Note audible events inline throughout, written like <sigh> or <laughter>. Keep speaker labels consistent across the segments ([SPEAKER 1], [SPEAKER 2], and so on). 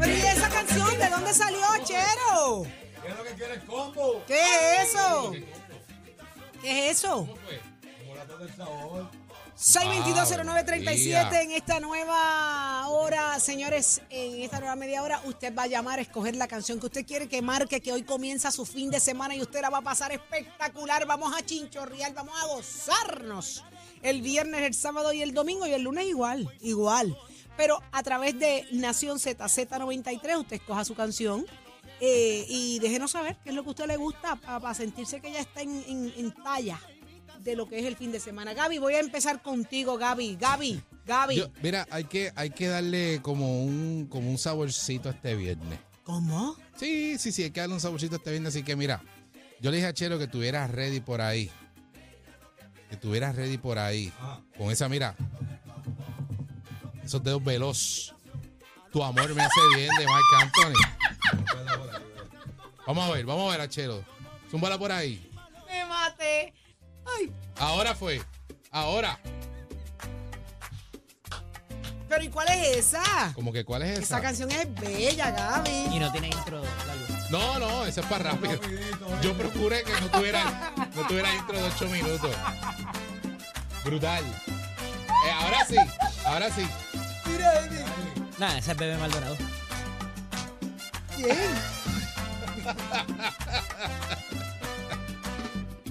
[SPEAKER 1] Pero ¿y esa canción de dónde salió, Chero?
[SPEAKER 2] ¿Qué es lo que quiere el combo?
[SPEAKER 1] ¿Qué es eso? ¿Qué es eso?
[SPEAKER 2] Chocolate del sabor.
[SPEAKER 1] 6220937
[SPEAKER 2] Ah,
[SPEAKER 1] en esta nueva hora, señores, en esta nueva media hora, usted va a llamar a escoger la canción que usted quiere que marque, que hoy comienza su fin de semana y usted la va a pasar espectacular. Vamos a chinchorrear, vamos a gozarnos el viernes, el sábado y el domingo y el lunes igual, igual. Pero a través de Nación Z, Z93, usted escoja su canción. eh, y déjenos saber qué es lo que a usted le gusta para sentirse que ya está en- en- en talla de lo que es el fin de semana. Gaby, voy a empezar contigo, Gaby. Gaby, Gaby.
[SPEAKER 3] Yo- mira, hay que, hay que darle como un, como un saborcito a este viernes.
[SPEAKER 1] ¿Cómo?
[SPEAKER 3] Sí, sí, sí, hay que darle un saborcito a este viernes. Así que mira, yo le dije a Chelo que tuvieras ready por ahí. Que tuvieras ready por ahí. Con esa, mira. Esos dedos veloz. Tu amor me hace bien de Marc Anthony. Vamos a ver, vamos a ver a Chelo. Zúmbala por ahí.
[SPEAKER 1] Me maté. Ay,
[SPEAKER 3] Ahora fue. Ahora.
[SPEAKER 1] pero ¿y cuál es esa?
[SPEAKER 3] Como que, ¿cuál es esa?
[SPEAKER 1] Esa canción es bella, Gaby.
[SPEAKER 4] Y no tiene intro. Lalo.
[SPEAKER 3] No, no, eso es para rápido. Yo procuré que no tuviera, no tuviera intro de 8 minutos. Brutal. Eh, ahora sí, ahora sí.
[SPEAKER 4] Nada, ese es Bebé Maldonado.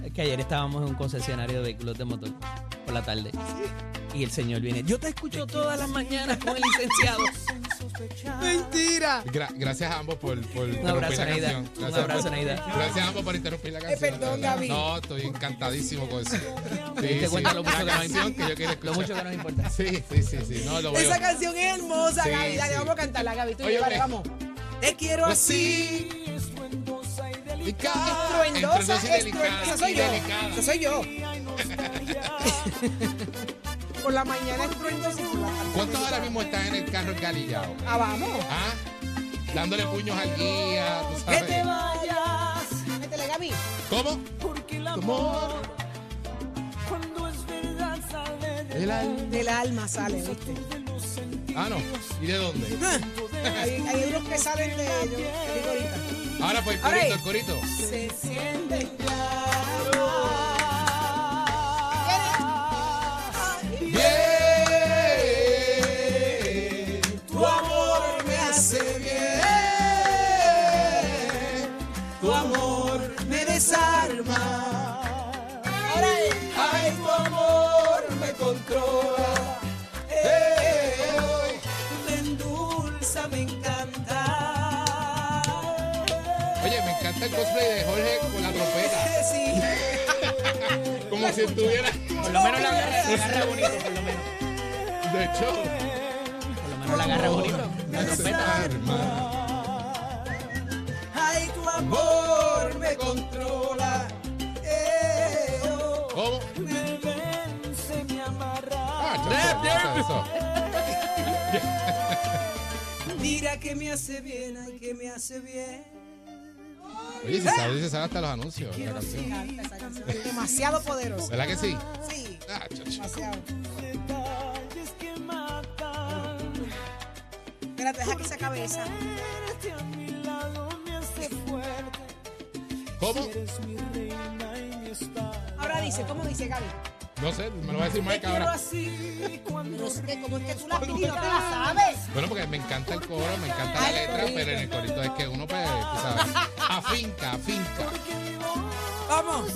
[SPEAKER 4] Es que ayer estábamos en un concesionario de vehículos de motor por la tarde. Y el señor viene. Yo te escucho todas las mañanas con el licenciado.
[SPEAKER 1] Mentira.
[SPEAKER 3] Gra- gracias a ambos por, por
[SPEAKER 4] Un
[SPEAKER 3] interrumpir
[SPEAKER 4] abrazo,
[SPEAKER 3] la
[SPEAKER 4] Neida.
[SPEAKER 3] canción.
[SPEAKER 4] Un
[SPEAKER 3] Gracias,
[SPEAKER 4] abrazo,
[SPEAKER 3] por-
[SPEAKER 4] Neida.
[SPEAKER 3] gracias a ambos por interrumpir la canción.
[SPEAKER 1] Eh, perdón,
[SPEAKER 3] de verdad.
[SPEAKER 1] Gaby.
[SPEAKER 3] No, estoy encantadísimo con eso.
[SPEAKER 4] Te diste cuenta lo mucho
[SPEAKER 3] la
[SPEAKER 4] que nos
[SPEAKER 3] canción que yo quiero
[SPEAKER 4] Lo
[SPEAKER 3] escuchar.
[SPEAKER 4] mucho que nos importa.
[SPEAKER 3] Sí, sí, sí, sí. No, lo voy
[SPEAKER 1] Esa
[SPEAKER 3] a...
[SPEAKER 1] canción es hermosa,
[SPEAKER 3] Sí,
[SPEAKER 1] Gaby. Dale,
[SPEAKER 3] sí.
[SPEAKER 1] vamos a cantarla, Gaby. Tú y
[SPEAKER 3] Oye,
[SPEAKER 1] yo, dale,
[SPEAKER 3] hombre.
[SPEAKER 1] vamos. Te quiero
[SPEAKER 3] Pues
[SPEAKER 1] así.
[SPEAKER 3] Así. Delicada.
[SPEAKER 1] Estruendosa,
[SPEAKER 3] Estruendosa y delicada.
[SPEAKER 1] estruendosa. Esa soy
[SPEAKER 3] y
[SPEAKER 1] yo.
[SPEAKER 3] delicada.
[SPEAKER 1] Esa soy yo. <laughs> Por la mañana estruendosa y por la tarde.
[SPEAKER 3] ¿Cuántos ahora mismo están en el carro encalillado?
[SPEAKER 1] Ah, vamos.
[SPEAKER 3] ¿Ah? Dándole puños al guía, tú
[SPEAKER 1] Que te
[SPEAKER 3] sabes.
[SPEAKER 1] vayas. Métele, Gaby.
[SPEAKER 3] ¿Cómo? ¿Cómo? El al-
[SPEAKER 1] Del alma sale, ¿viste?
[SPEAKER 3] Ah, no. ¿Y de dónde?
[SPEAKER 1] <laughs> Hay, hay unos que salen de yo te digo ahorita.
[SPEAKER 3] Ahora fue el
[SPEAKER 1] Ahora
[SPEAKER 3] corito,
[SPEAKER 1] ahí.
[SPEAKER 3] el corito.
[SPEAKER 1] Se sienten claras.
[SPEAKER 3] Bien.
[SPEAKER 1] Tu amor me hace bien. Tu amor me desarma. Ahora es.
[SPEAKER 3] Ay, tu amor me controla.
[SPEAKER 1] Eh, Me endulza, me encanta.
[SPEAKER 3] Oye, me encanta el cosplay de Jorge con la trompeta.
[SPEAKER 1] Eh, Sí.
[SPEAKER 3] Como si estuviera
[SPEAKER 4] Por lo menos la agarra, la agarra bonito. Por lo menos,
[SPEAKER 3] de show.
[SPEAKER 4] por lo menos la agarra bonito. La trompeta.
[SPEAKER 1] Ay, tu amor me controla. Eh, oh,
[SPEAKER 3] ¿Cómo?
[SPEAKER 1] me vence, me amarra.
[SPEAKER 3] Ah, chacho, eso.
[SPEAKER 1] <laughs> Mira que me hace bien, ay, que me hace bien.
[SPEAKER 3] Oye, se sabe, se sabe hasta los anuncios de la canción.
[SPEAKER 1] Demasiado poderoso.
[SPEAKER 3] ¿Verdad que sí?
[SPEAKER 1] Sí,
[SPEAKER 3] Ah, chacho.
[SPEAKER 1] demasiado. Espérate, deja que se acabe esa.
[SPEAKER 3] ¿Cómo?
[SPEAKER 1] Ahora dice, ¿cómo dice Gaby?
[SPEAKER 3] No sé, me lo va a decir
[SPEAKER 1] Te
[SPEAKER 3] Mike
[SPEAKER 1] quiero
[SPEAKER 3] ahora.
[SPEAKER 1] así cuando no sé, como es que tú la has pedido, te la sabes.
[SPEAKER 3] Bueno, porque me encanta el coro, me encanta la
[SPEAKER 1] Ay,
[SPEAKER 3] letra,
[SPEAKER 1] sí.
[SPEAKER 3] pero en el corito es que uno, pues, tú sabes, afinca, afinca.
[SPEAKER 1] Vamos.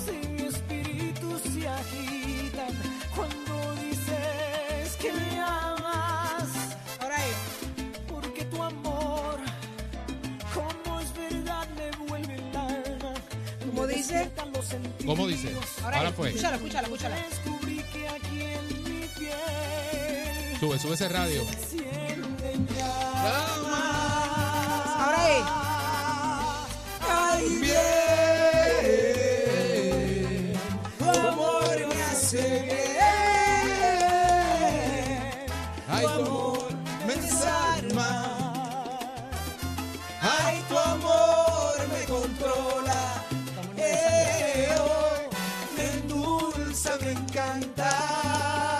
[SPEAKER 1] Ahora es.
[SPEAKER 5] Porque tu amor, como es verdad, me vuelve el alma.
[SPEAKER 1] Como dice, dice?
[SPEAKER 3] ¿Cómo dice?
[SPEAKER 1] Ahora,
[SPEAKER 3] Ahora pues, fue.
[SPEAKER 1] Escúchala, escúchala, escúchala.
[SPEAKER 3] Sube, sube ese radio.
[SPEAKER 1] Ahora es. Ay, bien. Tu amor me hace bien.
[SPEAKER 3] Ay, tú.
[SPEAKER 1] me desarma. Ay, tu amor me controla. Eh, oh, me endulza, me encanta.
[SPEAKER 4] que era tu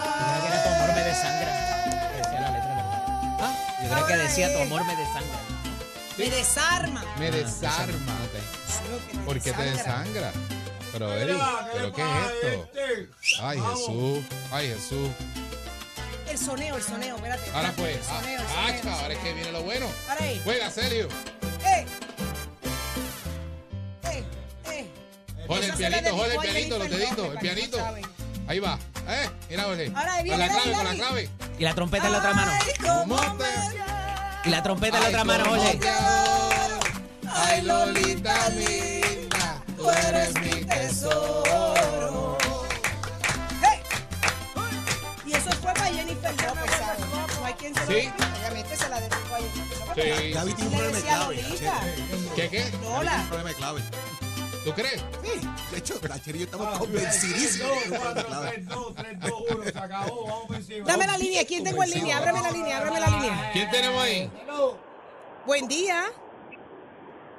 [SPEAKER 4] amor me desangra. Decía la letra. ¿verdad? Ah, yo creo que decía tu amor me desangra.
[SPEAKER 1] Me desarma.
[SPEAKER 3] Me desarma. ¿Por qué te desangra? Pero, Eric, ¿pero qué es esto?
[SPEAKER 1] este.
[SPEAKER 3] Ay, Jesús. Ay, Jesús.
[SPEAKER 1] El soneo, el soneo, espérate.
[SPEAKER 3] Ahora
[SPEAKER 1] espérate,
[SPEAKER 3] fue.
[SPEAKER 1] El
[SPEAKER 3] Ah,
[SPEAKER 1] soneo, el
[SPEAKER 3] ah,
[SPEAKER 1] soneo, el
[SPEAKER 3] chaval, ahora es que
[SPEAKER 1] soneo.
[SPEAKER 3] viene lo bueno.
[SPEAKER 1] Ahora ahí.
[SPEAKER 3] Juega, serio.
[SPEAKER 1] ¡Eh! ¡Eh! ¡Eh!
[SPEAKER 3] Jole el
[SPEAKER 1] Eso se le
[SPEAKER 3] pianito,
[SPEAKER 1] dedicó
[SPEAKER 3] jole el
[SPEAKER 1] a
[SPEAKER 3] pianito, los deditos,
[SPEAKER 1] Jennifer
[SPEAKER 3] el
[SPEAKER 1] López, para que
[SPEAKER 3] pianito.
[SPEAKER 1] no saben.
[SPEAKER 3] Ahí va. Eh, mira, Jorge.
[SPEAKER 1] Ahora ahí
[SPEAKER 3] Con la
[SPEAKER 1] viene,
[SPEAKER 3] clave, con la
[SPEAKER 1] David,
[SPEAKER 3] clave.
[SPEAKER 4] Y la trompeta en la otra mano.
[SPEAKER 1] cómo
[SPEAKER 3] ¿Cómo te-
[SPEAKER 4] Y la trompeta en la
[SPEAKER 3] Ay,
[SPEAKER 4] otra mano,
[SPEAKER 3] cómo
[SPEAKER 4] oye.
[SPEAKER 3] te adoro. Ay, Lolita linda, tú eres mi tesoro.
[SPEAKER 1] ¡Eh! Y eso fue para Jennifer López, ¿sabes? No hay quien se
[SPEAKER 3] pues, Sí.
[SPEAKER 1] lo dedique. Obviamente se la dedicó a Jennifer López.
[SPEAKER 3] Sí.
[SPEAKER 1] Y
[SPEAKER 6] Gaby tiene un problema
[SPEAKER 1] le
[SPEAKER 6] de
[SPEAKER 1] decía
[SPEAKER 6] clave.
[SPEAKER 1] Lolita.
[SPEAKER 3] ¿Qué, qué?
[SPEAKER 1] Lola.
[SPEAKER 6] problema de clave.
[SPEAKER 3] ¿Tú crees?
[SPEAKER 6] Sí. De hecho, la Cheri y yo estamos convencidísimos. que tiene un problema de clave.
[SPEAKER 2] 2, 3, 2, 1, se acabó, vamos por encima.
[SPEAKER 1] Dame la línea. ¿Quién tengo en línea? Ábreme la línea, ábreme la línea.
[SPEAKER 3] ¿Quién tenemos ahí?
[SPEAKER 2] Hello.
[SPEAKER 1] Buen día.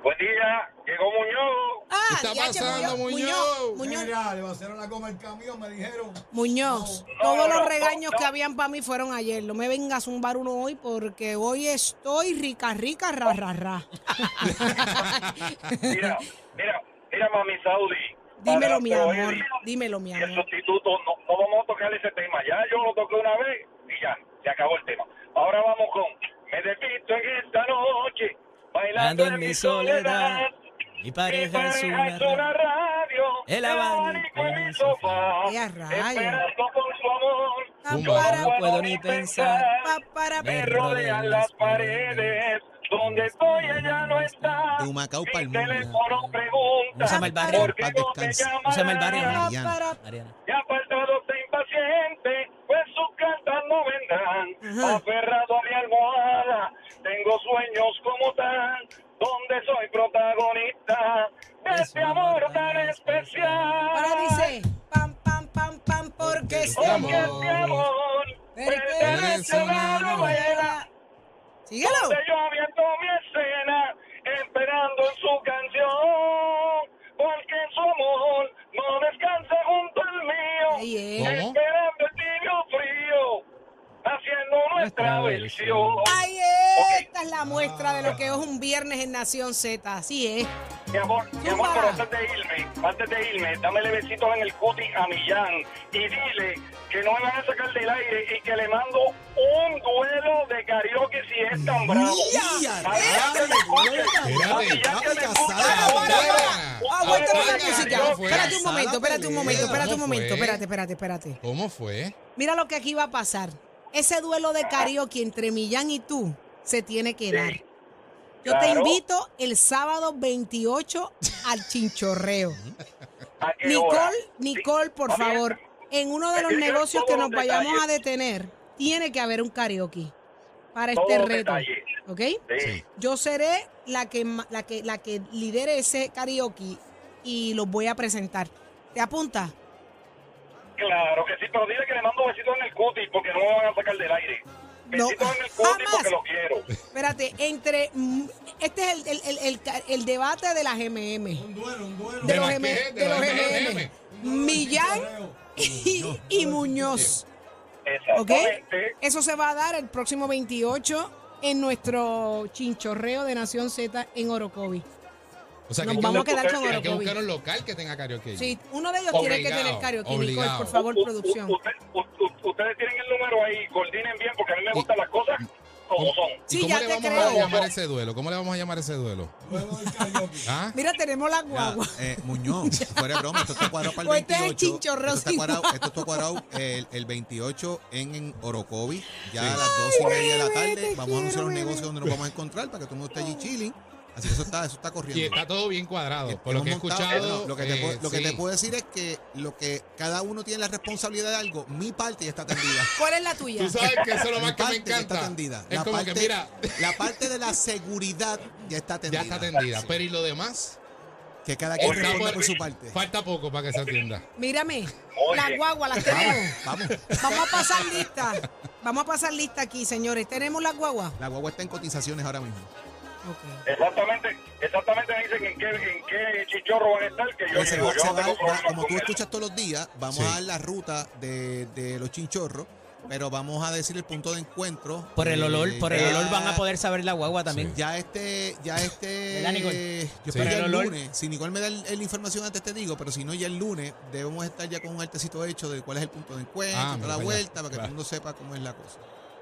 [SPEAKER 7] Buen día, llegó Muñoz.
[SPEAKER 1] Ah,
[SPEAKER 3] ¿Qué está
[SPEAKER 1] diache,
[SPEAKER 3] pasando, Muñoz?
[SPEAKER 1] Muñoz.
[SPEAKER 2] Mira, le vaciaron la coma al camión, me dijeron.
[SPEAKER 1] Muñoz, todos los regaños que habían para mí fueron ayer. No me vengas a zumbar uno hoy porque hoy estoy rica, rica, ra,
[SPEAKER 7] <laughs>
[SPEAKER 1] ra, ra. <laughs>
[SPEAKER 7] Mira, mira, mira, mami Saudi.
[SPEAKER 1] Dímelo,
[SPEAKER 7] Para
[SPEAKER 1] mi
[SPEAKER 7] Joel
[SPEAKER 1] amor.
[SPEAKER 7] Díaz
[SPEAKER 1] Dímelo, mi
[SPEAKER 7] Y el
[SPEAKER 1] amor.
[SPEAKER 7] sustituto, no, no vamos a tocar ese tema. Ya yo lo toqué una vez y ya, se acabó el tema. Ahora vamos con Me despisto en esta noche, bailando en mi soledad.
[SPEAKER 4] Mi
[SPEAKER 7] Mi
[SPEAKER 4] pareja es
[SPEAKER 7] una
[SPEAKER 4] una ra-
[SPEAKER 7] radio,
[SPEAKER 4] El
[SPEAKER 7] el
[SPEAKER 4] abanico
[SPEAKER 7] abanico en
[SPEAKER 4] en
[SPEAKER 7] mi
[SPEAKER 4] el
[SPEAKER 7] sofá,
[SPEAKER 1] Ey, a rayos.
[SPEAKER 7] esperando por su amor.
[SPEAKER 3] Zumba.
[SPEAKER 4] No puedo ni pensar.
[SPEAKER 1] Pa, para,
[SPEAKER 7] Me
[SPEAKER 4] Me
[SPEAKER 7] rodean las paredes. Donde estoy ella no está.
[SPEAKER 6] De Humacao
[SPEAKER 7] Mi
[SPEAKER 6] pa'l mundo.
[SPEAKER 7] teléfono pregunta.
[SPEAKER 4] ¿Cómo se llama el barrio?
[SPEAKER 7] ¿Por qué
[SPEAKER 6] Paz
[SPEAKER 7] no te
[SPEAKER 6] descanse.
[SPEAKER 7] llamarás?
[SPEAKER 4] ¿Cómo se llama el barrio?
[SPEAKER 1] pa,
[SPEAKER 6] Mariana.
[SPEAKER 1] para.
[SPEAKER 4] Mariana.
[SPEAKER 7] Ya apartados e impacientes, pues sus cartas no vendrán. Aferrado a mi almohada, tengo sueños como tal, donde soy protagonista de este amor tan especial.
[SPEAKER 1] Ahora dice, pam, pam, pam, pam, porque este
[SPEAKER 7] Porque
[SPEAKER 1] amor
[SPEAKER 7] este amor pertenece
[SPEAKER 1] pertenece
[SPEAKER 7] a
[SPEAKER 1] a una
[SPEAKER 7] una novela.
[SPEAKER 1] novela. Síguelo.
[SPEAKER 7] Donde yo viendo mi escena, esperando en su canción, porque su amor no descansa junto al mío,
[SPEAKER 1] Ahí es.
[SPEAKER 3] ¿Cómo?
[SPEAKER 7] esperando el tibio frío, haciendo nuestra
[SPEAKER 4] Nuestra
[SPEAKER 7] versión.
[SPEAKER 1] Ay, esta es la muestra de lo que es un viernes en Nación Z. Así es.
[SPEAKER 7] Mi amor, mi amor,
[SPEAKER 1] Zumba.
[SPEAKER 7] pero antes de irme, antes de irme, dámele besitos en el cuti a Millán y dile que no me van a sacar del aire y que le mando un duelo de karaoke si es tan bravo.
[SPEAKER 6] ¡Ya,
[SPEAKER 7] A Millán que me escuche, a
[SPEAKER 3] Espérate.
[SPEAKER 7] Millán que me escuche
[SPEAKER 6] Casada,
[SPEAKER 7] ahora.
[SPEAKER 3] Apaga.
[SPEAKER 1] Aguántame la
[SPEAKER 3] Apaga.
[SPEAKER 1] música.
[SPEAKER 3] ¿Cómo fue?
[SPEAKER 1] Espérate un momento, espérate un momento, espérate un
[SPEAKER 3] ¿Cómo fue?
[SPEAKER 1] momento. Espérate, espérate, espérate.
[SPEAKER 3] ¿Cómo fue?
[SPEAKER 1] Mira lo que aquí va a pasar. Ese duelo de karaoke entre Millán y tú se tiene que dar. Yo te
[SPEAKER 7] claro.
[SPEAKER 1] invito el sábado 28 al chinchorreo.
[SPEAKER 7] ¿A qué hora?
[SPEAKER 1] Nicole, este Nicole, por
[SPEAKER 7] Está bien.
[SPEAKER 1] favor, en uno de los
[SPEAKER 7] Explica
[SPEAKER 1] negocios
[SPEAKER 7] todos
[SPEAKER 1] que
[SPEAKER 7] los
[SPEAKER 1] nos vayamos a
[SPEAKER 7] detalles.
[SPEAKER 1] detener, tiene que haber un karaoke para
[SPEAKER 7] Todos
[SPEAKER 1] este
[SPEAKER 7] los
[SPEAKER 1] reto.
[SPEAKER 7] detalles.
[SPEAKER 1] ¿Ok?
[SPEAKER 7] Sí.
[SPEAKER 1] Yo seré la que, ma- la, que, la que lidere ese karaoke y los voy a presentar. ¿Te apunta?
[SPEAKER 7] Claro que sí, pero dile que le mando besitos en el cuti porque no me van a sacar del aire.
[SPEAKER 1] No,
[SPEAKER 7] Besitos en el cuti
[SPEAKER 1] jamás.
[SPEAKER 7] porque lo quiero.
[SPEAKER 1] Espérate, entre. mm, Este es el, el- el- el ca- el debate de las MM.
[SPEAKER 2] Un duelo, un duelo.
[SPEAKER 1] De
[SPEAKER 3] ¿De
[SPEAKER 1] los,
[SPEAKER 3] las
[SPEAKER 1] M,
[SPEAKER 3] qué?
[SPEAKER 1] de los MM.
[SPEAKER 2] Un
[SPEAKER 1] Millán
[SPEAKER 2] chinchorreo.
[SPEAKER 1] y, y Muñoz. ¿Ok?
[SPEAKER 7] Exactamente.
[SPEAKER 1] Eso se va a dar el próximo 28 en nuestro chinchorreo de Nación Z en Orocovi.
[SPEAKER 3] O sea, que
[SPEAKER 1] Nos
[SPEAKER 3] hay que
[SPEAKER 1] vamos a
[SPEAKER 3] buscar-
[SPEAKER 1] quedar con
[SPEAKER 3] hay que buscar
[SPEAKER 1] Orocovi.
[SPEAKER 3] un local que tenga karaoke.
[SPEAKER 1] Sí, uno de ellos tiene que
[SPEAKER 3] Obligado,
[SPEAKER 1] tener karaoke, Nicole,
[SPEAKER 3] obligado.
[SPEAKER 1] por favor,
[SPEAKER 7] U- u-
[SPEAKER 1] producción.
[SPEAKER 7] usted- u- u- ustedes tienen el número ahí, coordinen bien porque a mí me gustan las cosas como son.
[SPEAKER 3] ¿Y
[SPEAKER 1] Sí,
[SPEAKER 3] cómo
[SPEAKER 1] ya
[SPEAKER 3] le
[SPEAKER 1] te
[SPEAKER 3] vamos a
[SPEAKER 1] creo.
[SPEAKER 3] llamar ese duelo? ¿Cómo le vamos a llamar ese duelo?
[SPEAKER 2] Duelo del karaoke.
[SPEAKER 3] ¿Ah?
[SPEAKER 1] Mira, tenemos la
[SPEAKER 6] Ya,
[SPEAKER 1] guagua.
[SPEAKER 6] eh,
[SPEAKER 1] <laughs>
[SPEAKER 6] Muñoz, fuera de broma, esto está cuadrado para
[SPEAKER 1] O
[SPEAKER 6] el
[SPEAKER 1] este es el
[SPEAKER 6] 28. Esto
[SPEAKER 1] chinchorreo
[SPEAKER 6] está
[SPEAKER 1] sin
[SPEAKER 6] cuadrado, esto está cuadrado el, el 28 en, en Orocovi, ya a las 12 y media de la
[SPEAKER 1] bebé,
[SPEAKER 6] tarde.
[SPEAKER 1] te
[SPEAKER 6] Vamos a anunciar
[SPEAKER 1] quiero,
[SPEAKER 6] los
[SPEAKER 1] bebé.
[SPEAKER 6] negocios donde nos vamos a encontrar para que todo el mundo esté allí chilling. Así que eso está, eso está
[SPEAKER 3] Y
[SPEAKER 6] corriendo.
[SPEAKER 3] está todo bien cuadrado. Por lo que he
[SPEAKER 6] Hemos montado-
[SPEAKER 3] escuchado.
[SPEAKER 6] no, lo que, te,
[SPEAKER 3] eh,
[SPEAKER 6] puedo- lo que te
[SPEAKER 3] sí.
[SPEAKER 6] puedo decir es que lo que cada uno tiene la responsabilidad de algo, mi parte ya está
[SPEAKER 3] <laughs>
[SPEAKER 6] atendida.
[SPEAKER 1] ¿Cuál es la tuya?
[SPEAKER 3] Tú sabes que eso es lo
[SPEAKER 6] Mi
[SPEAKER 3] más que me
[SPEAKER 6] parte ya está
[SPEAKER 3] encanta.
[SPEAKER 6] atendida.
[SPEAKER 3] Es
[SPEAKER 6] la,
[SPEAKER 3] como
[SPEAKER 6] parte,
[SPEAKER 3] que, mira,
[SPEAKER 6] la parte de la seguridad ya está atendida.
[SPEAKER 3] <laughs> ya está atendida.
[SPEAKER 6] Sí.
[SPEAKER 3] Pero ¿y lo demás? Este
[SPEAKER 6] Que cada quien
[SPEAKER 7] Está
[SPEAKER 6] responda por,
[SPEAKER 7] por-
[SPEAKER 6] su parte.
[SPEAKER 3] Falta poco para que se atienda.
[SPEAKER 1] <laughs> Mírame,
[SPEAKER 7] Oye.
[SPEAKER 1] la guagua las
[SPEAKER 6] Vamos,
[SPEAKER 3] <laughs>
[SPEAKER 1] tenemos.
[SPEAKER 6] vamos.
[SPEAKER 1] Vamos a pasar lista. Vamos a pasar lista aquí, señores. ¿Tenemos la guagua?
[SPEAKER 6] La guagua está en cotizaciones ahora mismo.
[SPEAKER 1] Ok.
[SPEAKER 7] Exactamente, exactamente me dicen en qué, en qué chichorro van a estar que yo
[SPEAKER 6] Pero
[SPEAKER 1] Pues
[SPEAKER 6] se
[SPEAKER 7] llego.
[SPEAKER 6] va-
[SPEAKER 7] Yo
[SPEAKER 6] se
[SPEAKER 7] no
[SPEAKER 6] va-
[SPEAKER 7] tengo
[SPEAKER 6] va-
[SPEAKER 7] problema
[SPEAKER 6] como
[SPEAKER 7] con
[SPEAKER 6] tú
[SPEAKER 7] eso.
[SPEAKER 6] escuchas todos los días, vamos
[SPEAKER 3] Sí.
[SPEAKER 6] a dar la ruta de, de los chinchorros, pero vamos a decir el punto de encuentro.
[SPEAKER 4] Por el
[SPEAKER 6] Eh,
[SPEAKER 4] olor, por el
[SPEAKER 6] ya-
[SPEAKER 4] olor van a poder saber la guagua también.
[SPEAKER 6] Ya este, ya este.
[SPEAKER 4] ¿Verdad, Nicole?
[SPEAKER 6] Yo
[SPEAKER 3] Sí.
[SPEAKER 6] espero ya
[SPEAKER 4] Por el
[SPEAKER 6] el
[SPEAKER 4] olor.
[SPEAKER 6] lunes. Si Nicole me da el- el- la información antes te digo, pero si no, ya el lunes debemos estar ya con un artecito hecho de cuál es el punto de encuentro,
[SPEAKER 3] Ah,
[SPEAKER 6] toda la
[SPEAKER 3] mira,
[SPEAKER 6] vuelta,
[SPEAKER 3] ya.
[SPEAKER 6] para que
[SPEAKER 3] Claro.
[SPEAKER 6] todo el mundo sepa cómo es la cosa.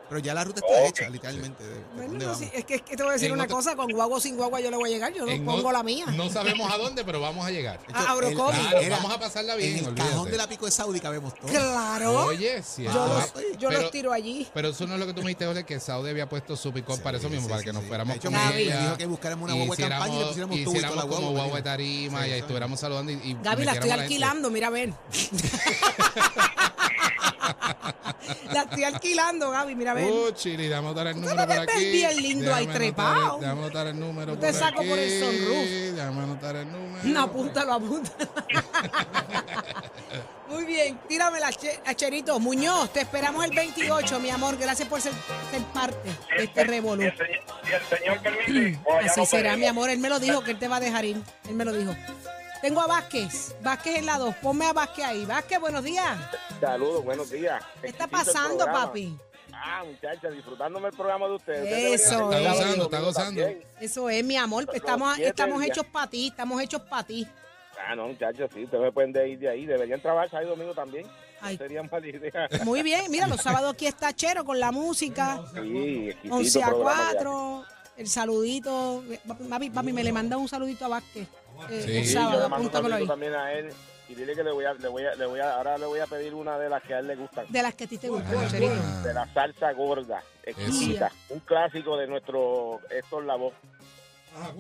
[SPEAKER 6] Pero ya la ruta está
[SPEAKER 7] Ok.
[SPEAKER 6] hecha, literalmente, de, de
[SPEAKER 1] Bueno,
[SPEAKER 6] dónde
[SPEAKER 1] no,
[SPEAKER 6] vamos.
[SPEAKER 1] sí, es, que, es que te voy a decir
[SPEAKER 3] En
[SPEAKER 1] una
[SPEAKER 3] otro-
[SPEAKER 1] cosa, con guagua o sin guagua yo le voy a llegar, yo
[SPEAKER 3] En
[SPEAKER 1] no
[SPEAKER 3] no-
[SPEAKER 1] pongo la mía.
[SPEAKER 3] No sabemos a dónde, pero vamos a llegar.
[SPEAKER 6] De hecho,
[SPEAKER 1] Ah, Abrocom.
[SPEAKER 6] el-
[SPEAKER 3] Claro,
[SPEAKER 6] era-
[SPEAKER 3] vamos a pasarla bien.
[SPEAKER 6] En el
[SPEAKER 3] olvídate.
[SPEAKER 6] cajón de la pico de Saudi cabemos todo.
[SPEAKER 1] Claro,
[SPEAKER 3] Oye, sí.
[SPEAKER 1] yo,
[SPEAKER 6] ah,
[SPEAKER 1] los, yo
[SPEAKER 3] pero,
[SPEAKER 1] los tiro allí.
[SPEAKER 3] Pero eso no es lo que tú me dijiste, Jorge, que Saudi había puesto su picón para eso
[SPEAKER 6] Sí,
[SPEAKER 3] mismo,
[SPEAKER 6] sí,
[SPEAKER 3] para
[SPEAKER 6] sí,
[SPEAKER 3] que nos
[SPEAKER 6] sí.
[SPEAKER 3] fuéramos
[SPEAKER 6] De hecho,
[SPEAKER 3] con
[SPEAKER 6] me- me
[SPEAKER 3] ella.
[SPEAKER 6] dijo que buscáramos una guagua de
[SPEAKER 3] hiciéramos-
[SPEAKER 6] campaña y le pusiéramos tú y toda la
[SPEAKER 3] hiciéramos
[SPEAKER 6] guagua,
[SPEAKER 3] como guagua de
[SPEAKER 6] imagínate.
[SPEAKER 3] tarima
[SPEAKER 6] Sí,
[SPEAKER 3] y ahí
[SPEAKER 6] eso
[SPEAKER 3] estuviéramos saludando y, y
[SPEAKER 1] Gaby, la
[SPEAKER 3] metiéramos
[SPEAKER 1] estoy
[SPEAKER 3] gente.
[SPEAKER 1] alquilando, mira, ven. la estoy alquilando, Gaby, mira, ven.
[SPEAKER 3] Uh, Chili, déjame anotar el número
[SPEAKER 1] no
[SPEAKER 3] por
[SPEAKER 1] me ves
[SPEAKER 3] aquí.
[SPEAKER 1] bien lindo ahí
[SPEAKER 3] Déjame anotar
[SPEAKER 1] trepado.
[SPEAKER 3] el- Déjame anotar el número
[SPEAKER 1] No te saco por el sunroof.
[SPEAKER 3] Déjame anotar el número.
[SPEAKER 1] No, apúntalo, apúntalo. Muy bien, tírame la che- a Cherito. Muñoz, te esperamos el 28, mi amor. Gracias por ser, ser parte de este revolú.
[SPEAKER 7] Y el señor- y el señor permite. o allá
[SPEAKER 1] Así
[SPEAKER 7] nos
[SPEAKER 1] será,
[SPEAKER 7] veremos.
[SPEAKER 1] mi amor. Él me lo dijo que él te va a dejar ir. Él me lo dijo. Tengo a Vázquez. Vázquez en la 2. Ponme a Vázquez ahí. Vázquez, buenos días.
[SPEAKER 8] Saludos, buenos días.
[SPEAKER 1] ¿Qué está
[SPEAKER 8] Exquisito el
[SPEAKER 1] pasando,
[SPEAKER 8] programa.
[SPEAKER 1] papi?
[SPEAKER 8] Ah, muchachas, disfrutándome el programa de ustedes.
[SPEAKER 1] Eso,
[SPEAKER 8] Ustedes deberían
[SPEAKER 1] Está
[SPEAKER 8] estar
[SPEAKER 3] gozando,
[SPEAKER 8] conmigo
[SPEAKER 3] está gozando.
[SPEAKER 8] también.
[SPEAKER 1] Eso es, mi amor.
[SPEAKER 8] Los
[SPEAKER 1] Estamos,
[SPEAKER 8] siete
[SPEAKER 1] estamos
[SPEAKER 8] días.
[SPEAKER 1] hechos para ti. Estamos hechos para ti.
[SPEAKER 8] Ah, no, muchachos, sí, ustedes me pueden de ir de ahí. Deberían trabajar sábado y domingo también.
[SPEAKER 1] Ay,
[SPEAKER 8] Sería mala
[SPEAKER 1] <laughs>
[SPEAKER 8] idea.
[SPEAKER 1] muy bien. Mira, los sábados aquí está Chero con la música.
[SPEAKER 8] Sí, exquisito
[SPEAKER 1] 11 a
[SPEAKER 8] programa de
[SPEAKER 1] 4. El saludito. Papi, papi, me le manda un saludito a Vázquez. eh,
[SPEAKER 3] Sí.
[SPEAKER 1] el
[SPEAKER 8] Sí,
[SPEAKER 1] sábado,
[SPEAKER 8] yo le mando un
[SPEAKER 1] apúntamelo
[SPEAKER 8] saludo
[SPEAKER 1] ahí.
[SPEAKER 8] también a él y dile que le voy a, le voy a, le voy a, ahora le voy a pedir una de las que a él le gustan,
[SPEAKER 1] De las que a ti te gustan, Cherito.
[SPEAKER 8] de
[SPEAKER 3] Ah,
[SPEAKER 8] la salsa gorda, exquisita, un clásico de nuestro Héctor Lavoe.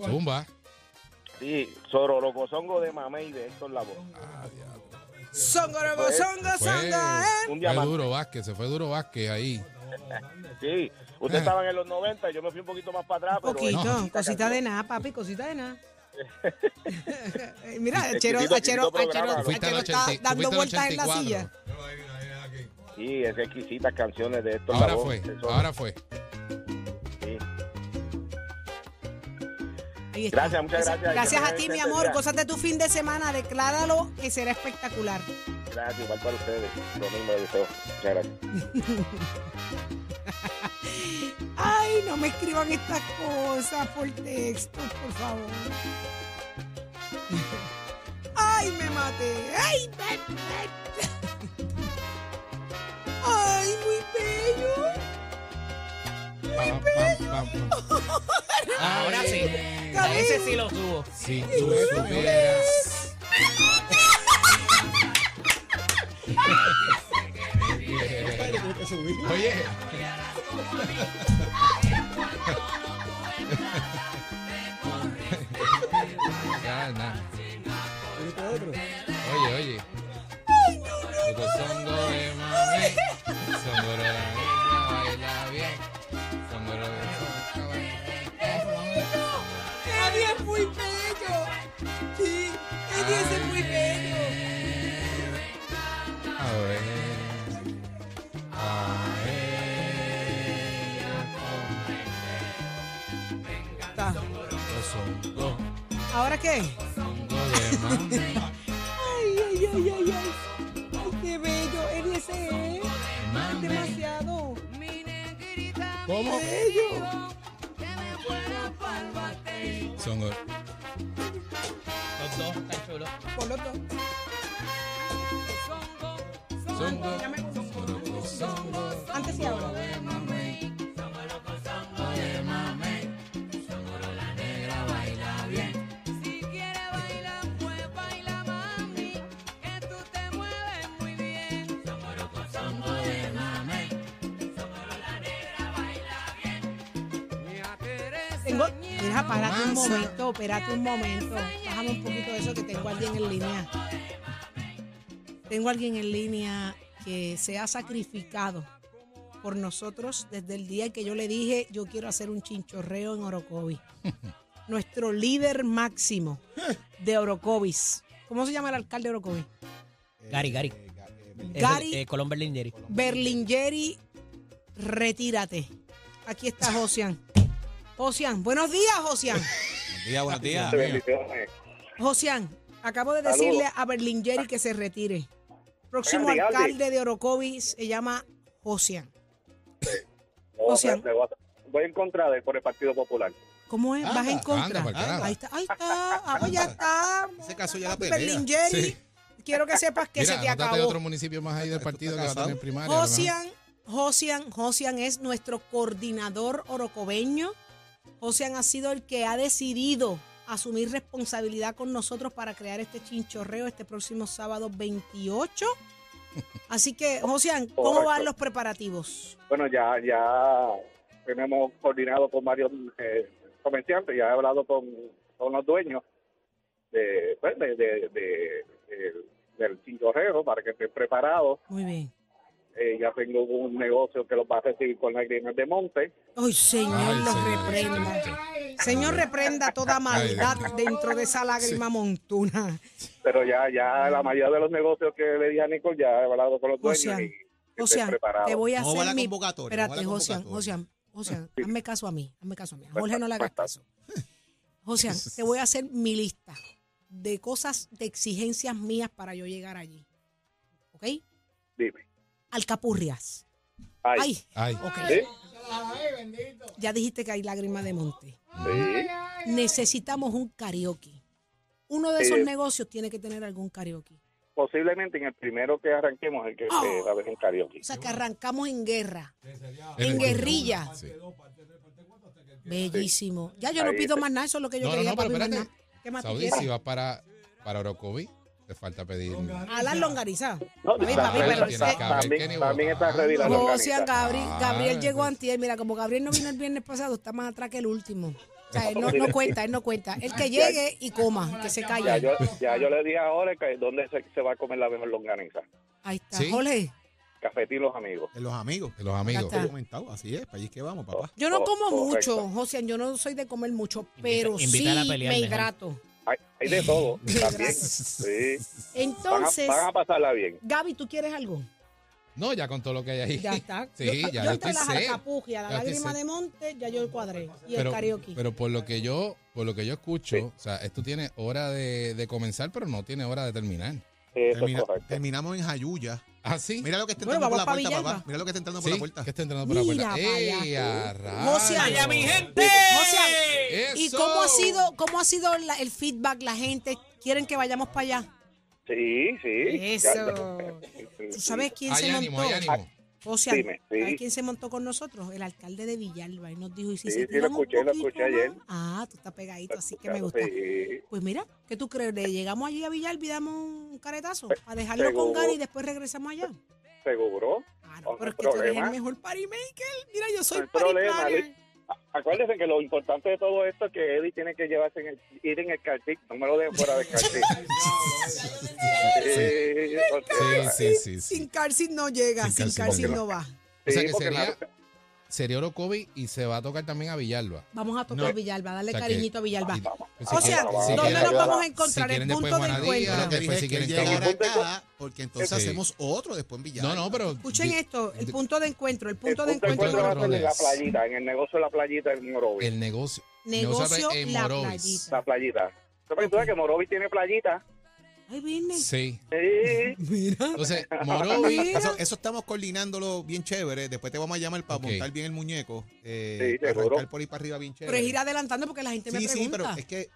[SPEAKER 3] Zumba.
[SPEAKER 8] Sí, Sororocosongo de Mamey de Héctor Lavoe.
[SPEAKER 1] Songo, robo,
[SPEAKER 8] Pues,
[SPEAKER 1] songo,
[SPEAKER 3] Fue,
[SPEAKER 1] songo,
[SPEAKER 8] Un
[SPEAKER 1] eh.
[SPEAKER 3] fue
[SPEAKER 8] diamante.
[SPEAKER 3] duro Vázquez, se fue duro Vázquez ahí.
[SPEAKER 8] Sí,
[SPEAKER 3] Ah.
[SPEAKER 8] ustedes estaban en los 90, yo me fui un poquito más para atrás, pero...
[SPEAKER 1] Poquito,
[SPEAKER 3] No.
[SPEAKER 1] cosita de nada, papi, cosita
[SPEAKER 8] <laughs>
[SPEAKER 1] de nada. <laughs> Eh, Mira, el chero,
[SPEAKER 8] Exquisito, exquisito
[SPEAKER 1] el chero, el chero-
[SPEAKER 8] programa,
[SPEAKER 1] el
[SPEAKER 8] ¿no?
[SPEAKER 3] Fuiste al
[SPEAKER 1] chero está
[SPEAKER 3] 80
[SPEAKER 1] dando
[SPEAKER 3] fuiste al
[SPEAKER 1] vueltas en la
[SPEAKER 3] 84.
[SPEAKER 1] silla.
[SPEAKER 8] Sí, es exquisitas canciones de Héctor
[SPEAKER 3] Ahora
[SPEAKER 8] Lavoe.
[SPEAKER 3] fue,
[SPEAKER 8] Eso-
[SPEAKER 3] ahora fue.
[SPEAKER 8] sí.
[SPEAKER 1] Ahí está.
[SPEAKER 8] Gracias, muchas gracias.
[SPEAKER 1] Gracias a
[SPEAKER 8] Que
[SPEAKER 1] ti, mi
[SPEAKER 8] tengan
[SPEAKER 1] amor.
[SPEAKER 8] excelente
[SPEAKER 1] Gózate tu fin de semana, decláralo que será espectacular.
[SPEAKER 8] Gracias, igual para ustedes. Lo mismo les deseo. Muchas gracias.
[SPEAKER 1] Ay, no me escriban estas cosas por texto, por favor. <laughs> Ay, me maté. Ay, me- me- Ay, muy bello.
[SPEAKER 3] Pam, pam, pam, pam.
[SPEAKER 4] Ahora sí. A ese sí lo subo.
[SPEAKER 3] Si tú supieras. Oye. Ya, na. Oye, oye. Estos son dos de mami. Son dos de la baila bien. Son dos de la
[SPEAKER 1] Eddie es muy bello. Sí, Eddie es muy bello.
[SPEAKER 3] A ver. A ver.
[SPEAKER 1] Está.
[SPEAKER 3] Estos son dos.
[SPEAKER 1] ¿Ahora qué?
[SPEAKER 3] Son dos de mami.
[SPEAKER 1] Ay, ay, ay, ay, ay. Ay, qué bello. Eddie ese es demasiado
[SPEAKER 3] ¿Cómo?
[SPEAKER 1] bello.
[SPEAKER 3] Son dos.
[SPEAKER 4] Los dos están chulos.
[SPEAKER 1] Por los dos.
[SPEAKER 3] Son dos.
[SPEAKER 1] Ya me Antes y ahora.
[SPEAKER 2] Mira Teresa,
[SPEAKER 1] Tengo, mira, espérate un momento, espérate un momento. Bájame un poquito de eso que tengo a alguien en línea. Tengo a alguien en línea que se ha sacrificado por nosotros desde el día en que yo le dije yo quiero hacer un chinchorreo en Orocovis. Nuestro líder máximo de Orocovis. ¿Cómo se llama el alcalde de Orocovis?
[SPEAKER 4] Gary, Gary.
[SPEAKER 1] Eh, Gary-
[SPEAKER 4] Eh, Colón Berlingeri.
[SPEAKER 1] Berlingeri, retírate. Aquí está Josian. Josian, buenos días, Josian.
[SPEAKER 6] Buenos días, buenos días.
[SPEAKER 5] Bendiciones.
[SPEAKER 1] Josian, acabo de
[SPEAKER 5] Saludos.
[SPEAKER 1] decirle a Berlingeri que se retire. Próximo
[SPEAKER 5] Oigan, dígale.
[SPEAKER 1] alcalde de Orocovis se llama Josian.
[SPEAKER 5] No,
[SPEAKER 1] O sea-
[SPEAKER 5] me- me voy a- voy en contra de él por el Partido Popular.
[SPEAKER 1] ¿Cómo es? ¿Vas
[SPEAKER 3] Anda,
[SPEAKER 1] en contra?
[SPEAKER 3] anda, para acá.
[SPEAKER 1] ahí está, ahí está. Ah, pues ya está.
[SPEAKER 6] Ese caso ya la pelea.
[SPEAKER 1] Berlingeri,
[SPEAKER 3] Sí.
[SPEAKER 1] quiero que sepas <laughs> que
[SPEAKER 3] Mira,
[SPEAKER 1] se te
[SPEAKER 3] anótate
[SPEAKER 1] acabó. Oh, ah.
[SPEAKER 3] otro municipio más ahí del
[SPEAKER 6] Esto
[SPEAKER 3] partido
[SPEAKER 6] está
[SPEAKER 3] que va a
[SPEAKER 6] casado.
[SPEAKER 3] tener primaria. a lo mejor.
[SPEAKER 1] Josian, Josian, Josian es nuestro coordinador orocobeño. Josian ha sido el que ha decidido asumir responsabilidad con nosotros para crear este chinchorreo este próximo sábado 28. Así que, Josian, ¿cómo
[SPEAKER 5] Correcto.
[SPEAKER 1] van los preparativos?
[SPEAKER 5] Bueno, ya, ya tenemos coordinado con varios eh, comerciantes, ya he hablado con, con los dueños de, pues, de, de- de- de- del chinchorreo para que estén preparados.
[SPEAKER 1] Muy bien.
[SPEAKER 5] Eh, ya tengo un negocio que los va a recibir con lágrimas de monte.
[SPEAKER 1] Ay, Señor,
[SPEAKER 3] Ay,
[SPEAKER 1] los
[SPEAKER 3] señor,
[SPEAKER 1] reprenda.
[SPEAKER 3] señor, señor.
[SPEAKER 1] Señor, reprenda toda maldad
[SPEAKER 3] Dios
[SPEAKER 1] dentro de esa lágrima montuna.
[SPEAKER 5] Pero ya, ya la mayoría de los negocios que le dije a Nicole, ya he hablado con los dueños
[SPEAKER 1] Josian,
[SPEAKER 5] y que estén
[SPEAKER 1] Josian,
[SPEAKER 5] preparados.
[SPEAKER 1] te voy a
[SPEAKER 6] No
[SPEAKER 1] hacer
[SPEAKER 6] va la
[SPEAKER 1] mi...
[SPEAKER 6] convocatoria, no va la
[SPEAKER 1] Espérate, Josian,
[SPEAKER 6] convocatoria.
[SPEAKER 1] Josian, Josian, hazme caso a mí, hazme caso a mí. A Jorge no le hagas caso.
[SPEAKER 3] <laughs>
[SPEAKER 1] Josian, te voy a hacer mi lista de cosas, de exigencias mías para yo llegar allí. ¿Ok?
[SPEAKER 5] Dime.
[SPEAKER 1] Alcapurrias.
[SPEAKER 5] Ay,
[SPEAKER 1] Ay,
[SPEAKER 3] Ay,
[SPEAKER 1] ok.
[SPEAKER 5] ¿sí?
[SPEAKER 1] Ya dijiste que hay lágrimas de monte.
[SPEAKER 5] Sí.
[SPEAKER 1] Necesitamos un karaoke. Uno de esos
[SPEAKER 5] Eh.
[SPEAKER 1] negocios tiene que tener algún karaoke.
[SPEAKER 5] Posiblemente en el primero que arranquemos, el que se va a ver en karaoke.
[SPEAKER 1] Oh. O sea, que arrancamos en guerra.
[SPEAKER 3] en el-
[SPEAKER 1] guerrilla.
[SPEAKER 3] Sí.
[SPEAKER 1] Bellísimo. Ya yo no
[SPEAKER 5] Ahí
[SPEAKER 1] pido
[SPEAKER 5] está.
[SPEAKER 1] más nada, eso es lo que yo
[SPEAKER 3] No, no,
[SPEAKER 1] quería.
[SPEAKER 3] no, pero
[SPEAKER 1] papi, más
[SPEAKER 3] espérate.
[SPEAKER 1] nada. ¿Qué más tú
[SPEAKER 3] Saudí,
[SPEAKER 1] quieres?
[SPEAKER 3] si vas para, para Orocovi, te falta pedir.
[SPEAKER 1] Alan Longariza.
[SPEAKER 5] No,
[SPEAKER 1] Papi,
[SPEAKER 5] ta-
[SPEAKER 1] papi, pero
[SPEAKER 5] ta-
[SPEAKER 1] es que-
[SPEAKER 5] también, también está ready la
[SPEAKER 1] No,
[SPEAKER 5] longaniza.
[SPEAKER 1] sean Gabriel,
[SPEAKER 3] Ah,
[SPEAKER 1] Gabriel llegó
[SPEAKER 3] pues.
[SPEAKER 1] antier. Mira, como Gabriel no vino el viernes pasado, está más atrás que el último. O sea,
[SPEAKER 5] <laughs>
[SPEAKER 1] él no, no cuenta, él no cuenta. El que llegue y coma, que se
[SPEAKER 5] Ya yo,
[SPEAKER 1] calle.
[SPEAKER 5] ya yo le dije ahora que dónde se, se va a comer la mejor longaniza.
[SPEAKER 1] Ahí está.
[SPEAKER 3] Sí.
[SPEAKER 1] Jorge,
[SPEAKER 5] Cafetín los amigos.
[SPEAKER 6] En los amigos.
[SPEAKER 3] De los amigos.
[SPEAKER 1] Ya
[SPEAKER 6] He
[SPEAKER 1] está.
[SPEAKER 6] comentado, así es, para allí es que vamos, papá.
[SPEAKER 1] yo no
[SPEAKER 5] Co-
[SPEAKER 1] como
[SPEAKER 5] Oh, correcto.
[SPEAKER 1] mucho, José, yo no soy de comer mucho,
[SPEAKER 4] Invita-
[SPEAKER 1] pero
[SPEAKER 4] invítala a
[SPEAKER 1] sí
[SPEAKER 4] pelear,
[SPEAKER 1] me
[SPEAKER 3] ¿eh?
[SPEAKER 4] mejor.
[SPEAKER 1] hidrato.
[SPEAKER 5] Hay, hay de todo también.
[SPEAKER 1] <laughs> Gracias.
[SPEAKER 5] Sí. Van a,
[SPEAKER 1] Entonces,
[SPEAKER 5] van a pasarla bien.
[SPEAKER 1] Gaby, ¿tú quieres algo?
[SPEAKER 3] No, ya con todo lo que hay ahí.
[SPEAKER 1] Ya está.
[SPEAKER 3] <laughs> Sí, ya
[SPEAKER 1] yo, yo
[SPEAKER 3] yo
[SPEAKER 1] entre
[SPEAKER 3] estoy
[SPEAKER 1] las
[SPEAKER 3] set.
[SPEAKER 1] alcapugias, la
[SPEAKER 3] Ya estoy
[SPEAKER 1] lágrima
[SPEAKER 3] set.
[SPEAKER 1] de monte, ya yo el cuadré. Y el
[SPEAKER 3] Pero,
[SPEAKER 1] karaoke.
[SPEAKER 3] pero por lo que yo, por lo que yo escucho,
[SPEAKER 5] Sí.
[SPEAKER 3] o sea, esto tiene hora de, de comenzar, pero no tiene hora de terminar.
[SPEAKER 5] Eso
[SPEAKER 6] Termina-
[SPEAKER 5] es correcto.
[SPEAKER 6] terminamos en Jayuya.
[SPEAKER 3] ¿Ah, sí?
[SPEAKER 6] Mira lo que está
[SPEAKER 1] Bueno,
[SPEAKER 6] entrando por la
[SPEAKER 1] vamos pa'
[SPEAKER 6] puerta, papá.
[SPEAKER 1] Villalba.
[SPEAKER 6] Mira lo que está entrando
[SPEAKER 3] Sí,
[SPEAKER 6] por la puerta.
[SPEAKER 3] que está entrando por la
[SPEAKER 1] Mira
[SPEAKER 3] puerta.
[SPEAKER 1] para
[SPEAKER 3] ¡Ey,
[SPEAKER 1] allá.
[SPEAKER 3] a
[SPEAKER 1] José,
[SPEAKER 3] rayos!
[SPEAKER 1] allá, mi
[SPEAKER 4] gente!
[SPEAKER 1] José, ¿Y
[SPEAKER 3] ¡Eso!
[SPEAKER 1] cómo ha sido, cómo ha sido la- el feedback? La gente quieren que vayamos para allá.
[SPEAKER 5] Sí, sí.
[SPEAKER 1] Eso.
[SPEAKER 5] Ya-
[SPEAKER 1] ¿Tú sabes quién
[SPEAKER 3] Hay
[SPEAKER 1] se
[SPEAKER 3] ánimo, hay
[SPEAKER 1] montó?
[SPEAKER 3] ánimo.
[SPEAKER 1] O sea,
[SPEAKER 5] Dime, sí.
[SPEAKER 1] ¿sabes quién se montó con nosotros? El alcalde de Villalba. Y nos dijo, ¿y si
[SPEAKER 5] Sí,
[SPEAKER 1] se
[SPEAKER 5] sí, lo
[SPEAKER 1] tiran un
[SPEAKER 5] escuché, lo
[SPEAKER 1] poquito
[SPEAKER 5] escuché ayer.
[SPEAKER 1] más? Ah, tú estás pegadito, así que me gusta.
[SPEAKER 5] Sí.
[SPEAKER 1] Pues mira, ¿qué tú crees? ¿Le llegamos allí a Villalba y damos un caretazo? A dejarlo
[SPEAKER 5] seguro.
[SPEAKER 1] con Gary y después regresamos allá.
[SPEAKER 5] Seguro.
[SPEAKER 1] Claro,
[SPEAKER 5] No,
[SPEAKER 1] pero es
[SPEAKER 5] no
[SPEAKER 1] que tú eres el
[SPEAKER 5] problema.
[SPEAKER 1] mejor party maker. Mira, yo soy
[SPEAKER 5] No hay
[SPEAKER 1] party
[SPEAKER 5] problema,
[SPEAKER 1] planner.
[SPEAKER 5] Luis. A- Acuérdense que lo importante de todo esto es que Eddie tiene que llevarse en el, ir en el calcín. No me lo dejen fuera del calcín.
[SPEAKER 1] <laughs>
[SPEAKER 5] Sí, porque-
[SPEAKER 3] Sí, sí, sí.
[SPEAKER 1] Sin
[SPEAKER 3] sí.
[SPEAKER 1] Carcin no llega,
[SPEAKER 3] Sin
[SPEAKER 1] sin,
[SPEAKER 3] Carson
[SPEAKER 1] Carcin
[SPEAKER 3] no
[SPEAKER 1] no va.
[SPEAKER 3] O sea que
[SPEAKER 5] porque
[SPEAKER 3] sería,
[SPEAKER 5] la-
[SPEAKER 3] sería Orocovi y se va a tocar también a Villalba.
[SPEAKER 1] Vamos a tocar Villalba, darle
[SPEAKER 3] O sea que-
[SPEAKER 1] cariñito a Villalba.
[SPEAKER 3] Y- pues, si
[SPEAKER 1] o sea,
[SPEAKER 3] quieren- si
[SPEAKER 1] ¿dónde
[SPEAKER 3] quieren-
[SPEAKER 1] nos
[SPEAKER 5] ayudar
[SPEAKER 1] vamos a
[SPEAKER 5] a-
[SPEAKER 1] encontrar?
[SPEAKER 3] si
[SPEAKER 1] el
[SPEAKER 3] quieren
[SPEAKER 1] punto de
[SPEAKER 3] después Manadí,
[SPEAKER 1] encuentro.
[SPEAKER 3] ahora
[SPEAKER 6] Yo lo que dije
[SPEAKER 3] Después, si
[SPEAKER 6] es que él
[SPEAKER 3] quieren
[SPEAKER 6] llegara
[SPEAKER 5] cabo.
[SPEAKER 6] acá, porque entonces
[SPEAKER 3] Sí.
[SPEAKER 6] hacemos otro después en Villalba.
[SPEAKER 3] No, no, pero.
[SPEAKER 1] Escuchen
[SPEAKER 3] di-
[SPEAKER 1] esto, el
[SPEAKER 3] di-
[SPEAKER 1] punto de encuentro, el
[SPEAKER 5] El
[SPEAKER 1] punto de encuentro de
[SPEAKER 5] va a
[SPEAKER 1] los
[SPEAKER 5] ser en la
[SPEAKER 3] Rodríguez.
[SPEAKER 5] playita, en el negocio de la playita en Morovis.
[SPEAKER 3] El negocio.
[SPEAKER 1] negocio
[SPEAKER 3] Negocio en
[SPEAKER 1] La
[SPEAKER 3] Morovis.
[SPEAKER 1] Playita.
[SPEAKER 5] La playita. ¿Sabes tú sabes que Morovis tiene playita?
[SPEAKER 1] Ay, viene.
[SPEAKER 3] Sí.
[SPEAKER 5] Sí.
[SPEAKER 1] Mira.
[SPEAKER 3] Entonces,
[SPEAKER 1] <laughs>
[SPEAKER 3] Morovi.
[SPEAKER 6] Eso, eso estamos coordinándolo bien chévere. Después te vamos a llamar para
[SPEAKER 3] Ok.
[SPEAKER 6] montar bien el muñeco. Eh,
[SPEAKER 5] Sí, seguro.
[SPEAKER 6] arrancar por ahí para arriba bien
[SPEAKER 1] Pero
[SPEAKER 6] chévere.
[SPEAKER 1] es ir adelantando porque la gente me
[SPEAKER 6] sí, sí, pero
[SPEAKER 1] pregunta.
[SPEAKER 6] es que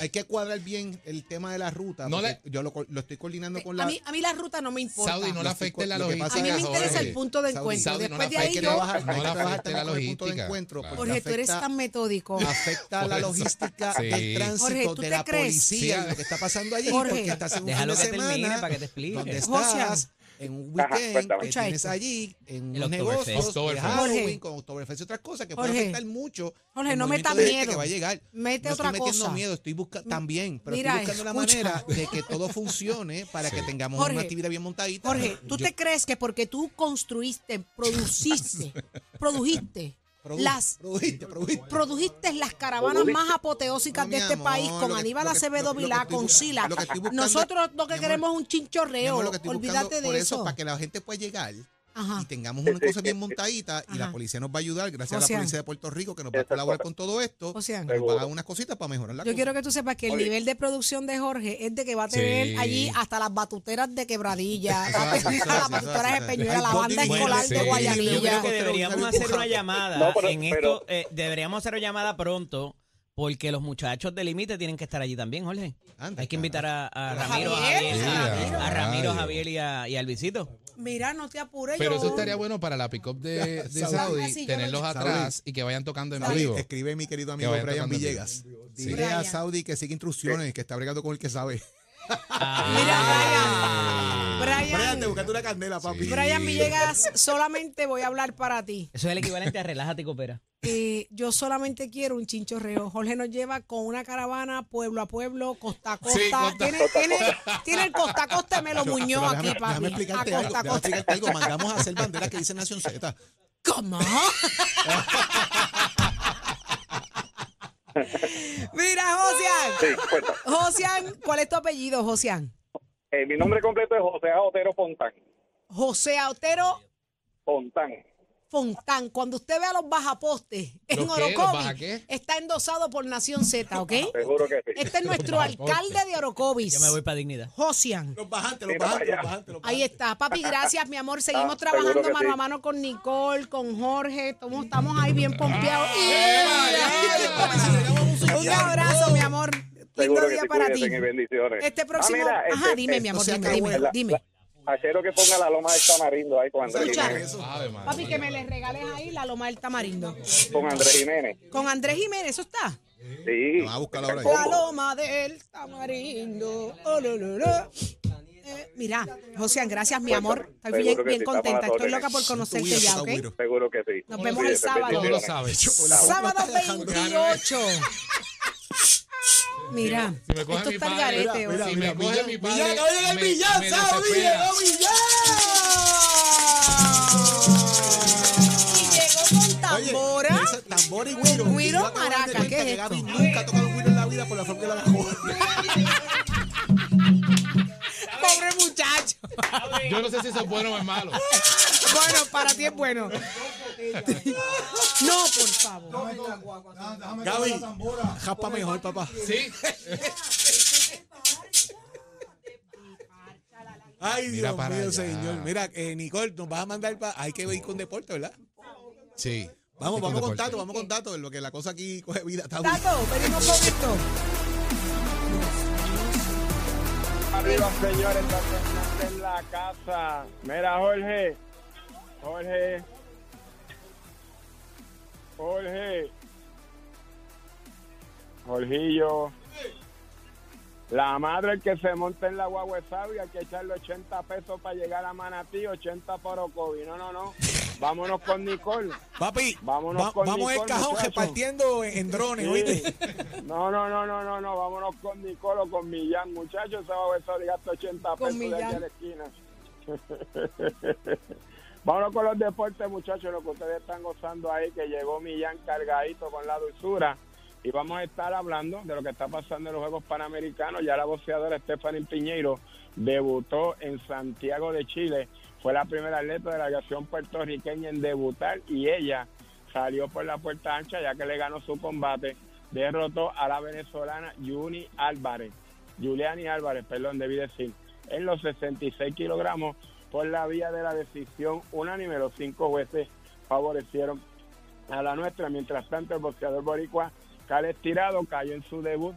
[SPEAKER 6] hay que cuadrar bien el tema de la ruta.
[SPEAKER 3] No
[SPEAKER 6] porque Yo lo, co- lo estoy coordinando con la.
[SPEAKER 1] a, mí, a mí la ruta no me importa.
[SPEAKER 3] Saudi,
[SPEAKER 6] Lo
[SPEAKER 3] no le
[SPEAKER 6] estoy
[SPEAKER 3] afecte la
[SPEAKER 6] co- lo que pasa
[SPEAKER 1] a
[SPEAKER 3] logística.
[SPEAKER 1] mí me
[SPEAKER 6] es que-
[SPEAKER 1] interesa el
[SPEAKER 6] Jorge,
[SPEAKER 1] punto de
[SPEAKER 6] Saudi,
[SPEAKER 1] encuentro.
[SPEAKER 3] Saudi, no
[SPEAKER 1] Después
[SPEAKER 3] la
[SPEAKER 1] de ahí
[SPEAKER 3] afecte
[SPEAKER 6] Hay que
[SPEAKER 1] yo...
[SPEAKER 3] la-
[SPEAKER 6] trabajar,
[SPEAKER 3] No
[SPEAKER 6] hay que trabajar
[SPEAKER 3] afecte
[SPEAKER 6] también
[SPEAKER 3] la
[SPEAKER 6] con el punto de
[SPEAKER 3] logística.
[SPEAKER 6] encuentro.
[SPEAKER 3] Claro.
[SPEAKER 6] porque
[SPEAKER 1] Jorge, tú eres
[SPEAKER 6] afecta-
[SPEAKER 1] tan metódico.
[SPEAKER 6] afecta la
[SPEAKER 3] Por eso.
[SPEAKER 6] logística
[SPEAKER 3] Sí.
[SPEAKER 6] del tránsito,
[SPEAKER 1] Jorge, ¿tú
[SPEAKER 6] de
[SPEAKER 1] te
[SPEAKER 6] la
[SPEAKER 1] crees?
[SPEAKER 6] policía,
[SPEAKER 3] Sí.
[SPEAKER 6] lo que está pasando allí,
[SPEAKER 1] Jorge.
[SPEAKER 6] porque estás en un fin
[SPEAKER 4] Déjalo
[SPEAKER 6] de
[SPEAKER 4] que termine
[SPEAKER 6] semana
[SPEAKER 4] para que te explique.
[SPEAKER 6] donde
[SPEAKER 1] José,
[SPEAKER 6] estás en un
[SPEAKER 5] Ajá,
[SPEAKER 6] weekend
[SPEAKER 5] cuéntame.
[SPEAKER 6] que
[SPEAKER 1] Escucha
[SPEAKER 6] tienes
[SPEAKER 1] esto.
[SPEAKER 6] allí, en
[SPEAKER 4] El
[SPEAKER 6] los
[SPEAKER 4] Oktoberfest.
[SPEAKER 6] negocios, de
[SPEAKER 3] Oktoberfest.
[SPEAKER 6] Halloween,
[SPEAKER 1] Jorge.
[SPEAKER 6] con Oktoberfest y otras cosas que pueden
[SPEAKER 1] Jorge.
[SPEAKER 6] afectar mucho.
[SPEAKER 1] Jorge,
[SPEAKER 6] el
[SPEAKER 1] no
[SPEAKER 6] movimiento
[SPEAKER 1] metas
[SPEAKER 6] de gente
[SPEAKER 1] miedo.
[SPEAKER 6] Que va a llegar.
[SPEAKER 1] Mete
[SPEAKER 6] no
[SPEAKER 1] otra
[SPEAKER 6] estoy metiendo
[SPEAKER 1] cosa.
[SPEAKER 6] miedo, estoy buscando también, pero
[SPEAKER 1] Mira,
[SPEAKER 6] estoy buscando
[SPEAKER 1] escucha.
[SPEAKER 6] la manera de que
[SPEAKER 1] <laughs>
[SPEAKER 6] todo funcione para que tengamos
[SPEAKER 1] Jorge.
[SPEAKER 6] una actividad bien montadita.
[SPEAKER 1] Jorge, ¿tú
[SPEAKER 6] Yo-
[SPEAKER 1] te crees que porque tú construiste,
[SPEAKER 6] <laughs>
[SPEAKER 1] produciste, produjiste,
[SPEAKER 6] produ-
[SPEAKER 1] las-
[SPEAKER 6] produjiste, produjiste.
[SPEAKER 1] produjiste las caravanas más apoteósicas
[SPEAKER 6] No,
[SPEAKER 1] de
[SPEAKER 6] mi
[SPEAKER 1] este
[SPEAKER 6] amor,
[SPEAKER 1] país con
[SPEAKER 6] lo que-
[SPEAKER 1] Aníbal
[SPEAKER 6] lo que-
[SPEAKER 1] Acevedo
[SPEAKER 6] lo que
[SPEAKER 1] Vilá,
[SPEAKER 6] estoy
[SPEAKER 1] con
[SPEAKER 6] bu-
[SPEAKER 1] Sila?
[SPEAKER 6] lo que estoy buscando-
[SPEAKER 1] Nosotros lo que
[SPEAKER 6] mi amor,
[SPEAKER 1] queremos es un
[SPEAKER 6] Mi
[SPEAKER 1] chinchorreo.
[SPEAKER 6] amor, lo que estoy buscando
[SPEAKER 1] Olvídate
[SPEAKER 6] por
[SPEAKER 1] de
[SPEAKER 6] eso,
[SPEAKER 1] eso.
[SPEAKER 6] para que la gente pueda llegar
[SPEAKER 1] Ajá.
[SPEAKER 6] y tengamos una cosa bien montadita y la
[SPEAKER 1] Ah. Ajá.
[SPEAKER 6] policía nos va a ayudar, gracias a la
[SPEAKER 1] Ocean.
[SPEAKER 6] policía de Puerto Rico que nos va a
[SPEAKER 5] Esa es
[SPEAKER 6] colaborar
[SPEAKER 5] otra.
[SPEAKER 6] con todo esto.
[SPEAKER 1] Ocean.
[SPEAKER 6] Nos va a dar unas cositas para mejorar la
[SPEAKER 1] Yo
[SPEAKER 6] cosa.
[SPEAKER 1] quiero que tú sepas que el
[SPEAKER 5] Oye.
[SPEAKER 1] nivel de producción de Jorge es de que va a
[SPEAKER 3] Sí.
[SPEAKER 1] tener allí hasta las batuteras de quebradilla,
[SPEAKER 6] Eso
[SPEAKER 1] va a
[SPEAKER 6] es así,
[SPEAKER 1] tener
[SPEAKER 6] eso es
[SPEAKER 1] las
[SPEAKER 6] así, eso es
[SPEAKER 1] batuteras de
[SPEAKER 6] así.
[SPEAKER 1] Peñuela,
[SPEAKER 6] Hay
[SPEAKER 1] la
[SPEAKER 6] dos
[SPEAKER 1] banda
[SPEAKER 6] niveles,
[SPEAKER 1] escolar
[SPEAKER 3] sí.
[SPEAKER 1] de
[SPEAKER 3] Yo
[SPEAKER 1] Guayanilla.
[SPEAKER 4] Yo creo que
[SPEAKER 6] Pero
[SPEAKER 4] deberíamos
[SPEAKER 6] una
[SPEAKER 4] hacer una
[SPEAKER 6] dibujante.
[SPEAKER 4] llamada
[SPEAKER 5] No, pero-
[SPEAKER 4] en esto, eh, deberíamos hacer una llamada pronto, porque los muchachos de Límite tienen que estar allí también, Jorge.
[SPEAKER 6] Anda,
[SPEAKER 4] Hay que invitar a, a
[SPEAKER 6] carajo.
[SPEAKER 4] Ramiro, a
[SPEAKER 1] Javier,
[SPEAKER 4] Javier, a-
[SPEAKER 1] Ramiro.
[SPEAKER 4] a Ramiro,
[SPEAKER 3] Ay.
[SPEAKER 4] Javier y, a, y a Alvisito.
[SPEAKER 1] Mira, no te apures.
[SPEAKER 3] Pero
[SPEAKER 1] yo-
[SPEAKER 3] eso estaría bueno para la pick-up de, de
[SPEAKER 6] Saudi.
[SPEAKER 3] Saudi,
[SPEAKER 1] Así yo
[SPEAKER 3] tenerlos
[SPEAKER 1] lo-
[SPEAKER 3] atrás y que vayan tocando en
[SPEAKER 6] Saudi,
[SPEAKER 3] vivo.
[SPEAKER 6] Ah, escribe mi querido amigo
[SPEAKER 3] vayan
[SPEAKER 6] Brian
[SPEAKER 3] tocando en
[SPEAKER 6] Villegas. Dile
[SPEAKER 1] Brian.
[SPEAKER 6] a Saudi que sigue instrucciones, que está bregando con el que sabe.
[SPEAKER 1] Mira, Brian.
[SPEAKER 6] Brian, te
[SPEAKER 1] Brian,
[SPEAKER 6] buscaste una candela, papi.
[SPEAKER 3] Sí.
[SPEAKER 1] Brian Villegas, solamente voy a hablar para ti.
[SPEAKER 4] Eso es el equivalente a Relájate y Coopera.
[SPEAKER 1] Eh, yo solamente quiero un chinchorreo. Jorge nos lleva con una caravana pueblo a pueblo, costa a costa.
[SPEAKER 3] Sí, costa-
[SPEAKER 1] tiene, tiene, tiene el costa a costa de Melo Muñoz
[SPEAKER 6] Pero
[SPEAKER 1] aquí,
[SPEAKER 6] déjame,
[SPEAKER 1] papi.
[SPEAKER 6] déjame explicarte
[SPEAKER 1] a
[SPEAKER 6] algo.
[SPEAKER 1] costa a
[SPEAKER 6] Déjame
[SPEAKER 1] costa.
[SPEAKER 6] explicarte algo. Mandamos a hacer banderas que dicen Nación Z.
[SPEAKER 1] ¿Cómo?
[SPEAKER 5] <laughs>
[SPEAKER 1] Mira,
[SPEAKER 5] Sí,
[SPEAKER 1] Josian.
[SPEAKER 5] cuenta.
[SPEAKER 1] Josian, ¿cuál es tu apellido, Josian?
[SPEAKER 5] Eh, mi nombre completo es José A. Otero Fontán.
[SPEAKER 1] José Otero
[SPEAKER 5] Fontán.
[SPEAKER 1] Fontán. Cuando usted vea los bajapostes en
[SPEAKER 3] ¿Los qué? ¿Los
[SPEAKER 1] Orocovis,
[SPEAKER 3] bajaqué?
[SPEAKER 1] está endosado por Nación
[SPEAKER 5] <laughs>
[SPEAKER 1] Z, ¿ok?
[SPEAKER 5] Seguro que sí.
[SPEAKER 1] Este es nuestro
[SPEAKER 3] bajapostes.
[SPEAKER 1] alcalde de Orocovis,
[SPEAKER 4] Yo me voy para Dignidad.
[SPEAKER 1] Josian.
[SPEAKER 6] Los bajantes, los
[SPEAKER 5] Mira para
[SPEAKER 6] bajantes, los
[SPEAKER 5] allá.
[SPEAKER 6] bajantes. los
[SPEAKER 1] Ahí
[SPEAKER 6] bajantes.
[SPEAKER 1] está, papi, gracias, mi amor. Seguimos
[SPEAKER 5] Ah,
[SPEAKER 1] trabajando
[SPEAKER 5] seguro que
[SPEAKER 1] mano
[SPEAKER 5] sí.
[SPEAKER 1] a mano con Nicole, con Jorge. Todos estamos ahí
[SPEAKER 5] Ah,
[SPEAKER 1] bien pompeados. Un abrazo, mi amor.
[SPEAKER 5] Seguro
[SPEAKER 1] Lindo
[SPEAKER 5] que
[SPEAKER 1] día
[SPEAKER 5] sí,
[SPEAKER 1] para ti.
[SPEAKER 5] cuídate, y bendiciones.
[SPEAKER 1] Este
[SPEAKER 5] Ah,
[SPEAKER 1] próximo.
[SPEAKER 5] mira,
[SPEAKER 1] Ajá,
[SPEAKER 5] este-
[SPEAKER 1] dime, mi
[SPEAKER 6] o
[SPEAKER 1] amor,
[SPEAKER 6] sea,
[SPEAKER 1] dime,
[SPEAKER 6] que
[SPEAKER 1] dime,
[SPEAKER 6] la-
[SPEAKER 1] dime.
[SPEAKER 5] Achero que ponga la loma del tamarindo ahí con Andrés
[SPEAKER 1] Escucha.
[SPEAKER 5] Jiménez.
[SPEAKER 3] Ave María.
[SPEAKER 1] Papi, que me les regales ahí la loma del tamarindo.
[SPEAKER 5] Con Andrés Jiménez.
[SPEAKER 1] Con Andrés Jiménez, ¿eso está?
[SPEAKER 5] Sí.
[SPEAKER 6] Vamos a buscarlo ahora.
[SPEAKER 1] La loma del tamarindo. Oh, lo, lo, lo. Eh, mira, José, gracias, mi amor. Estoy bien,
[SPEAKER 5] Seguro que
[SPEAKER 1] bien
[SPEAKER 5] sí, estamos
[SPEAKER 1] contenta.
[SPEAKER 5] a
[SPEAKER 1] Estoy
[SPEAKER 5] órdenes.
[SPEAKER 1] loca por conocerte
[SPEAKER 6] Tuyo,
[SPEAKER 1] ya, ¿ok?
[SPEAKER 6] Saguiro.
[SPEAKER 5] Seguro que sí.
[SPEAKER 1] Nos vemos el
[SPEAKER 5] Cuídate,
[SPEAKER 1] sábado.
[SPEAKER 3] Todo lo
[SPEAKER 5] bendiciones.
[SPEAKER 3] sabes.
[SPEAKER 1] Sábado
[SPEAKER 6] Alejandro.
[SPEAKER 1] 28. <laughs> Mira,
[SPEAKER 3] Si me coge
[SPEAKER 1] esto
[SPEAKER 3] mi
[SPEAKER 1] está el
[SPEAKER 3] padre,
[SPEAKER 1] garete.
[SPEAKER 6] mira,
[SPEAKER 1] hoy.
[SPEAKER 3] si
[SPEAKER 6] mira,
[SPEAKER 3] me coge
[SPEAKER 6] Millán,
[SPEAKER 3] mi padre.
[SPEAKER 6] Millán, acaba de llegar
[SPEAKER 3] me-
[SPEAKER 6] Millán,
[SPEAKER 3] me
[SPEAKER 6] Saudi,
[SPEAKER 3] desespera.
[SPEAKER 6] llegó
[SPEAKER 1] Y llegó con
[SPEAKER 6] Oye,
[SPEAKER 1] tambora.
[SPEAKER 6] esa- tambora y güiro.
[SPEAKER 1] Güiro,
[SPEAKER 6] Y yo acabo de darme
[SPEAKER 1] maraca,
[SPEAKER 6] cuenta
[SPEAKER 1] ¿qué es
[SPEAKER 6] que
[SPEAKER 1] esto?
[SPEAKER 6] Gaby nunca ha tocado un güiro en la vida por la forma que la dejó.
[SPEAKER 1] Pobre muchacho.
[SPEAKER 3] Yo no sé si eso es bueno o
[SPEAKER 6] <laughs>
[SPEAKER 3] es malo.
[SPEAKER 1] Bueno, para ti es bueno.
[SPEAKER 3] <laughs>
[SPEAKER 1] No, por favor.
[SPEAKER 2] Déjame tocar
[SPEAKER 6] Gaby,
[SPEAKER 2] la tambora.
[SPEAKER 6] japa mejor, papá.
[SPEAKER 3] Sí.
[SPEAKER 6] Ay,
[SPEAKER 3] Mira
[SPEAKER 6] Dios
[SPEAKER 3] para
[SPEAKER 6] mío,
[SPEAKER 3] allá.
[SPEAKER 6] señor. Mira, eh, Nicole, nos vas a mandar para... Hay que ir con deporte, ¿verdad?
[SPEAKER 3] Sí.
[SPEAKER 6] Vamos, vamos con
[SPEAKER 3] Deporte.
[SPEAKER 6] Tato, vamos con Tato, en lo que la cosa aquí coge vida. Tato.
[SPEAKER 1] Tato, venimos con esto.
[SPEAKER 9] Arriba, señores, está Fernández en la casa. Mira, Jorge. Jorge. Jorge. Jorgillo. La madre el que se monta en la guagua es sabio, hay que echarle 80 pesos para llegar a Manatí, 80 para Ocovi. No, no, no. Vámonos con Nicole.
[SPEAKER 6] Papi,
[SPEAKER 9] Vámonos
[SPEAKER 6] va-
[SPEAKER 9] con
[SPEAKER 6] vamos el
[SPEAKER 9] Nicole,
[SPEAKER 6] cajón
[SPEAKER 9] muchacho.
[SPEAKER 6] repartiendo en, en drones, ¿oíste?
[SPEAKER 9] Sí. No, no, no, no, no, no. Vámonos con Nicolo, con Millán, muchachos. Se va a besar y gasta 80
[SPEAKER 1] Con
[SPEAKER 9] pesos de aquí a
[SPEAKER 1] Millán.
[SPEAKER 9] la esquina. <laughs> Vámonos con los deportes, muchachos. Lo que ustedes están gozando ahí, que llegó Millán cargadito con la dulzura. Y vamos a estar hablando de lo que está pasando en los Juegos Panamericanos. Ya la boxeadora Stephanie Piñeiro debutó en Santiago de Chile. Fue la primera atleta de la delegación puertorriqueña en debutar y ella salió por la puerta ancha ya que le ganó su combate. Derrotó a la venezolana Juni Álvarez, Juliani Álvarez, perdón, debí decir, en los 66 kilogramos por la vía de la decisión unánime. Los cinco jueces favorecieron a la nuestra. Mientras tanto, el boxeador boricua Cales Tirado cayó en su debut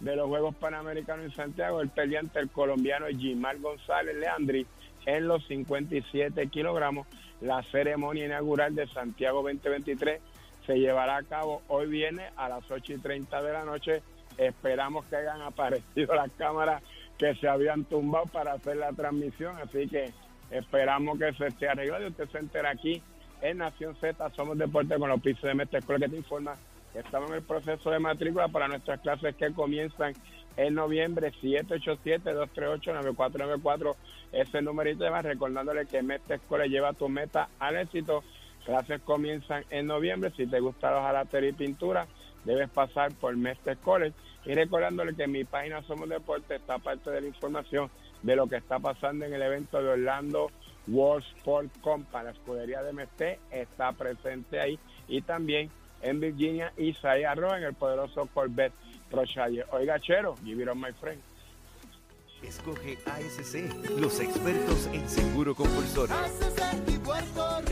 [SPEAKER 9] de los Juegos Panamericanos en Santiago. Él peleó ante el colombiano Gimar González Leandri en los 57 kilogramos. La ceremonia inaugural de Santiago 2023 se llevará a cabo hoy viernes a las 8 y 30 de la noche. Esperamos que hayan aparecido las cámaras que se habían tumbado para hacer la transmisión. Así que Esperamos que se esté arreglado y usted se entera aquí en Nación Z. Somos Deporte con los pisos de Mestre Escuela que te informa que estamos en el proceso de matrícula para nuestras clases que comienzan en noviembre. 787-238-9494 es el numerito de más. Recordándole que Mestre Escuela lleva tu meta al éxito. Clases comienzan en noviembre. Si te gusta los jalatería y pintura, debes pasar por Mestre College. Y recordándole que en mi página Somos Deporte está parte de la información de lo que está pasando en el evento de Orlando World Sport Compa. La escudería de Mestre está presente ahí. Y también en Virginia, Isaiah Roa en el poderoso Corvette Prochayer. Oiga, Chero, give it on my friend.
[SPEAKER 10] Escoge ASC, los expertos en seguro compulsorio.
[SPEAKER 7] Haces el puerto